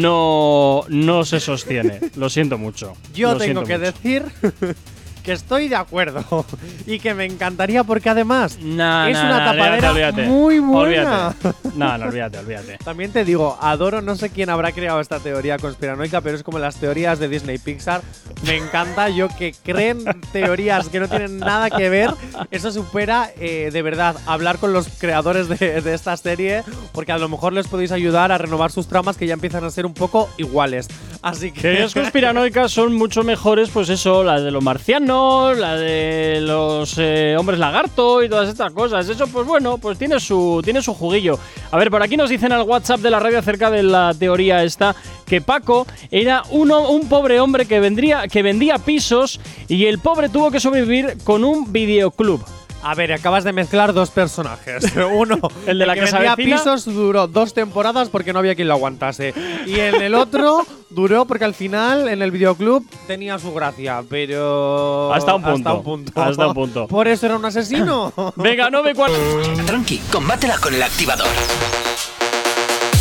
Speaker 3: no, no se sostiene. Lo siento mucho.
Speaker 4: Yo
Speaker 3: Lo siento
Speaker 4: tengo que
Speaker 3: mucho.
Speaker 4: decir que estoy de acuerdo y que me encantaría porque además es
Speaker 3: no,
Speaker 4: una
Speaker 3: no, olvídate,
Speaker 4: tapadera
Speaker 3: olvídate.
Speaker 4: muy buena.
Speaker 3: Olvídate. No, no, olvídate, olvídate.
Speaker 4: También te digo, adoro, no sé quién habrá creado esta teoría conspiranoica, pero es como las teorías de Disney y Pixar. Me encanta yo que creen teorías que no tienen nada que ver. Eso supera, eh, de verdad, hablar con los creadores de, de esta serie, porque a lo mejor les podéis ayudar a renovar sus tramas que ya empiezan a ser un poco iguales. Así que...
Speaker 3: Teorías conspiranoicas son mucho mejores, pues eso, la de los marcianos, la de los eh, hombres lagarto y todas estas cosas. Eso, pues bueno, pues tiene su, tiene su juguillo. A ver, por aquí nos dicen al WhatsApp de la radio acerca de la teoría esta, que Paco era uno, un pobre hombre que, vendría, que vendía pisos y el pobre tuvo que sobrevivir con un videoclub.
Speaker 4: A ver, acabas de mezclar dos personajes. Uno,
Speaker 3: El de la
Speaker 4: que
Speaker 3: casa
Speaker 4: vendía
Speaker 3: vecina.
Speaker 4: pisos duró dos temporadas porque no había quien lo aguantase. Y en el otro duró porque al final en el videoclub tenía su gracia, pero
Speaker 3: Hasta un punto.
Speaker 4: Hasta un punto.
Speaker 3: Hasta un punto.
Speaker 4: Por eso era un asesino.
Speaker 3: Venga, 9-4.
Speaker 2: Tranqui, combátela con el activador.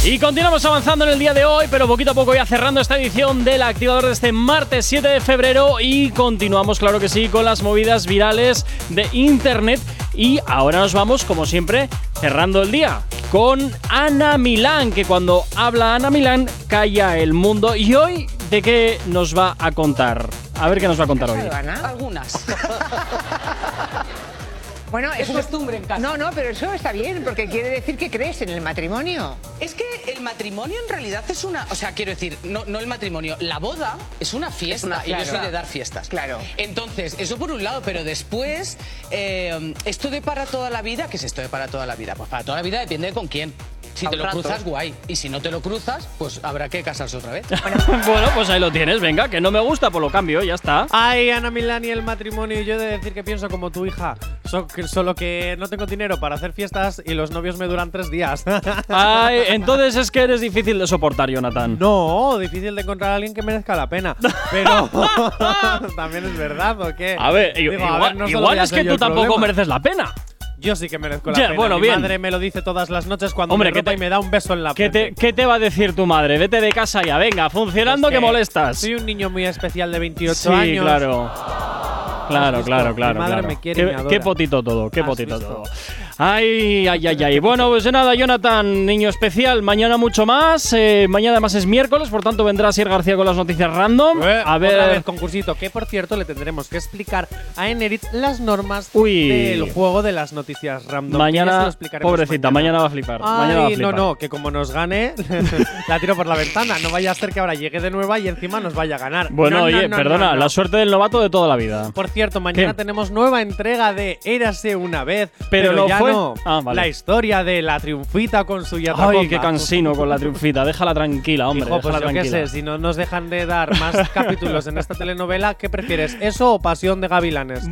Speaker 3: Y continuamos avanzando en el día de hoy, pero poquito a poco ya cerrando esta edición del activador de este martes 7 de febrero y continuamos, claro que sí, con las movidas virales de Internet. Y ahora nos vamos, como siempre, cerrando el día con Ana Milán, que cuando habla Ana Milán calla el mundo. Y hoy, ¿de qué nos va a contar? A ver qué nos va a contar hoy.
Speaker 14: Algunas.
Speaker 7: Ah, Bueno, es
Speaker 14: costumbre en casa.
Speaker 7: No, no, pero eso está bien, porque quiere decir que crees en el matrimonio.
Speaker 14: Es que el matrimonio en realidad es una. O sea, quiero decir, no, no el matrimonio, la boda es una fiesta
Speaker 7: una-
Speaker 14: y yo soy
Speaker 7: claro.
Speaker 14: de dar fiestas.
Speaker 7: Claro.
Speaker 14: Entonces, eso por un lado, pero después, eh, esto de para toda la vida, ¿qué es esto de para toda la vida? Pues para toda la vida depende de con quién. Si
Speaker 7: A
Speaker 14: te
Speaker 7: un
Speaker 14: lo
Speaker 7: rato.
Speaker 14: cruzas, guay. Y si no te lo cruzas, pues habrá que casarse otra vez.
Speaker 3: bueno, pues ahí lo tienes, venga, que no me gusta, pues lo cambio, ya está.
Speaker 4: Ay, Ana Milán y el matrimonio. Yo he de decir que pienso como tu hija. So- que- solo que no tengo dinero para hacer fiestas y los novios me duran tres días.
Speaker 3: Ay, entonces es que eres difícil de soportar, Jonathan.
Speaker 4: No, difícil de encontrar a alguien que merezca la pena. Pero también es verdad, ¿o qué?
Speaker 3: A ver, i-
Speaker 4: Digo, a
Speaker 3: igual,
Speaker 4: ver, no solo
Speaker 3: igual
Speaker 4: voy a
Speaker 3: es
Speaker 4: ser
Speaker 3: que
Speaker 4: yo
Speaker 3: tú
Speaker 4: el
Speaker 3: tampoco
Speaker 4: problema.
Speaker 3: mereces la pena.
Speaker 4: Yo sí que merezco la
Speaker 3: Ya,
Speaker 4: pena.
Speaker 3: bueno,
Speaker 4: Mi
Speaker 3: bien.
Speaker 4: madre me lo dice todas las noches cuando
Speaker 3: Hombre,
Speaker 4: me
Speaker 3: ¿qué
Speaker 4: ropa
Speaker 3: te-
Speaker 4: y me da un beso en la
Speaker 3: ¿Qué te, ¿Qué te va a decir tu madre? Vete de casa ya, venga, funcionando que molestas.
Speaker 4: Soy un niño muy especial de 28
Speaker 3: Sí,
Speaker 4: años.
Speaker 3: claro. Claro,
Speaker 4: visto?
Speaker 3: claro,
Speaker 4: Mi
Speaker 3: claro.
Speaker 4: madre
Speaker 3: claro.
Speaker 4: me quiere y
Speaker 3: qué,
Speaker 4: me adora.
Speaker 3: qué potito todo, qué
Speaker 4: ¿Has
Speaker 3: potito
Speaker 4: visto?
Speaker 3: todo. Ay, ay, ay, ay. Bueno, pues de nada, Jonathan, niño especial. Mañana mucho más. Eh, mañana además es miércoles, por tanto vendrá Sir García con las noticias random.
Speaker 4: Eh,
Speaker 3: a
Speaker 4: Otra
Speaker 3: ver.
Speaker 4: vez concursito, que por cierto le tendremos que explicar a Enerit las normas
Speaker 3: Uy.
Speaker 4: del juego de las noticias random. que ya se lo
Speaker 3: Mañana,
Speaker 4: explicaremos
Speaker 3: pobrecita, mañana. va a flipar. mañana va a
Speaker 4: Ay, no,
Speaker 3: flipar.
Speaker 4: no, que como nos gane, la tiro por la ventana. No vaya a ser que ahora llegue de nueva y encima nos vaya a ganar.
Speaker 3: Bueno,
Speaker 4: No, no,
Speaker 3: oye,
Speaker 4: no,
Speaker 3: perdona,
Speaker 4: no, no.
Speaker 3: la suerte del novato de toda la vida.
Speaker 4: Por cierto, mañana
Speaker 3: ¿Qué?
Speaker 4: tenemos nueva entrega de Érase una vez,
Speaker 3: Pero
Speaker 4: pero,
Speaker 3: no
Speaker 4: ya
Speaker 3: fue-
Speaker 4: no.
Speaker 3: Ah, vale.
Speaker 4: La historia de la triunfita con su
Speaker 3: Ay,
Speaker 4: Yataconda.
Speaker 3: qué cansino con la triunfita. Déjala tranquila, hombre.
Speaker 4: Hijo, pues
Speaker 3: déjala
Speaker 4: yo qué
Speaker 3: tranquila.
Speaker 4: sé, si no nos dejan de dar más capítulos en esta telenovela, ¿qué prefieres? ¿Eso o Pasión de Gavilanes?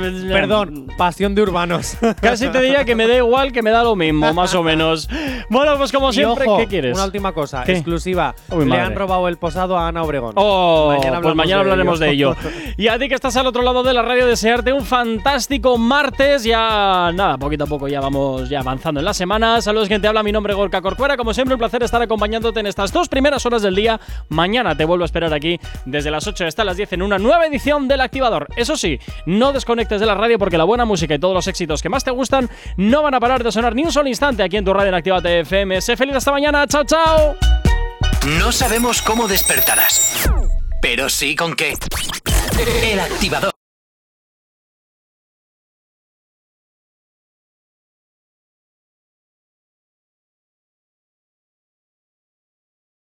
Speaker 4: Perdón, Pasión de Urbanos.
Speaker 3: pues, Casi te diría que me da igual, que me da lo mismo, más o menos. Bueno, pues como
Speaker 4: Y
Speaker 3: siempre,
Speaker 4: ojo,
Speaker 3: ¿qué quieres?
Speaker 4: Una última cosa,
Speaker 3: ¿Qué?
Speaker 4: exclusiva.
Speaker 3: Uy,
Speaker 4: Le
Speaker 3: madre.
Speaker 4: han robado el posado a Ana Obregón.
Speaker 3: Oh,
Speaker 4: Mañana
Speaker 3: pues
Speaker 4: hablamos
Speaker 3: mañana
Speaker 4: de
Speaker 3: hablaremos de ello.
Speaker 4: ello.
Speaker 3: Y a ti que estás al otro lado de la radio, desearte un fantástico martes. Ya, nada, poquito a poco ya vamos ya avanzando en la semana. Saludos, gente. Habla mi nombre, Gorka Corcuera. Como siempre, un placer estar acompañándote en estas dos primeras horas del día. Mañana te vuelvo a esperar aquí desde las 8 hasta las 10 en una nueva edición del Activador. Eso sí, no desconectes de la radio porque la buena música y todos los éxitos que más te gustan no van a parar de sonar ni un solo instante aquí en tu radio en Activate FM. Sé feliz hasta mañana. Chao, chao.
Speaker 2: No sabemos cómo despertarás, pero sí con qué. El activador.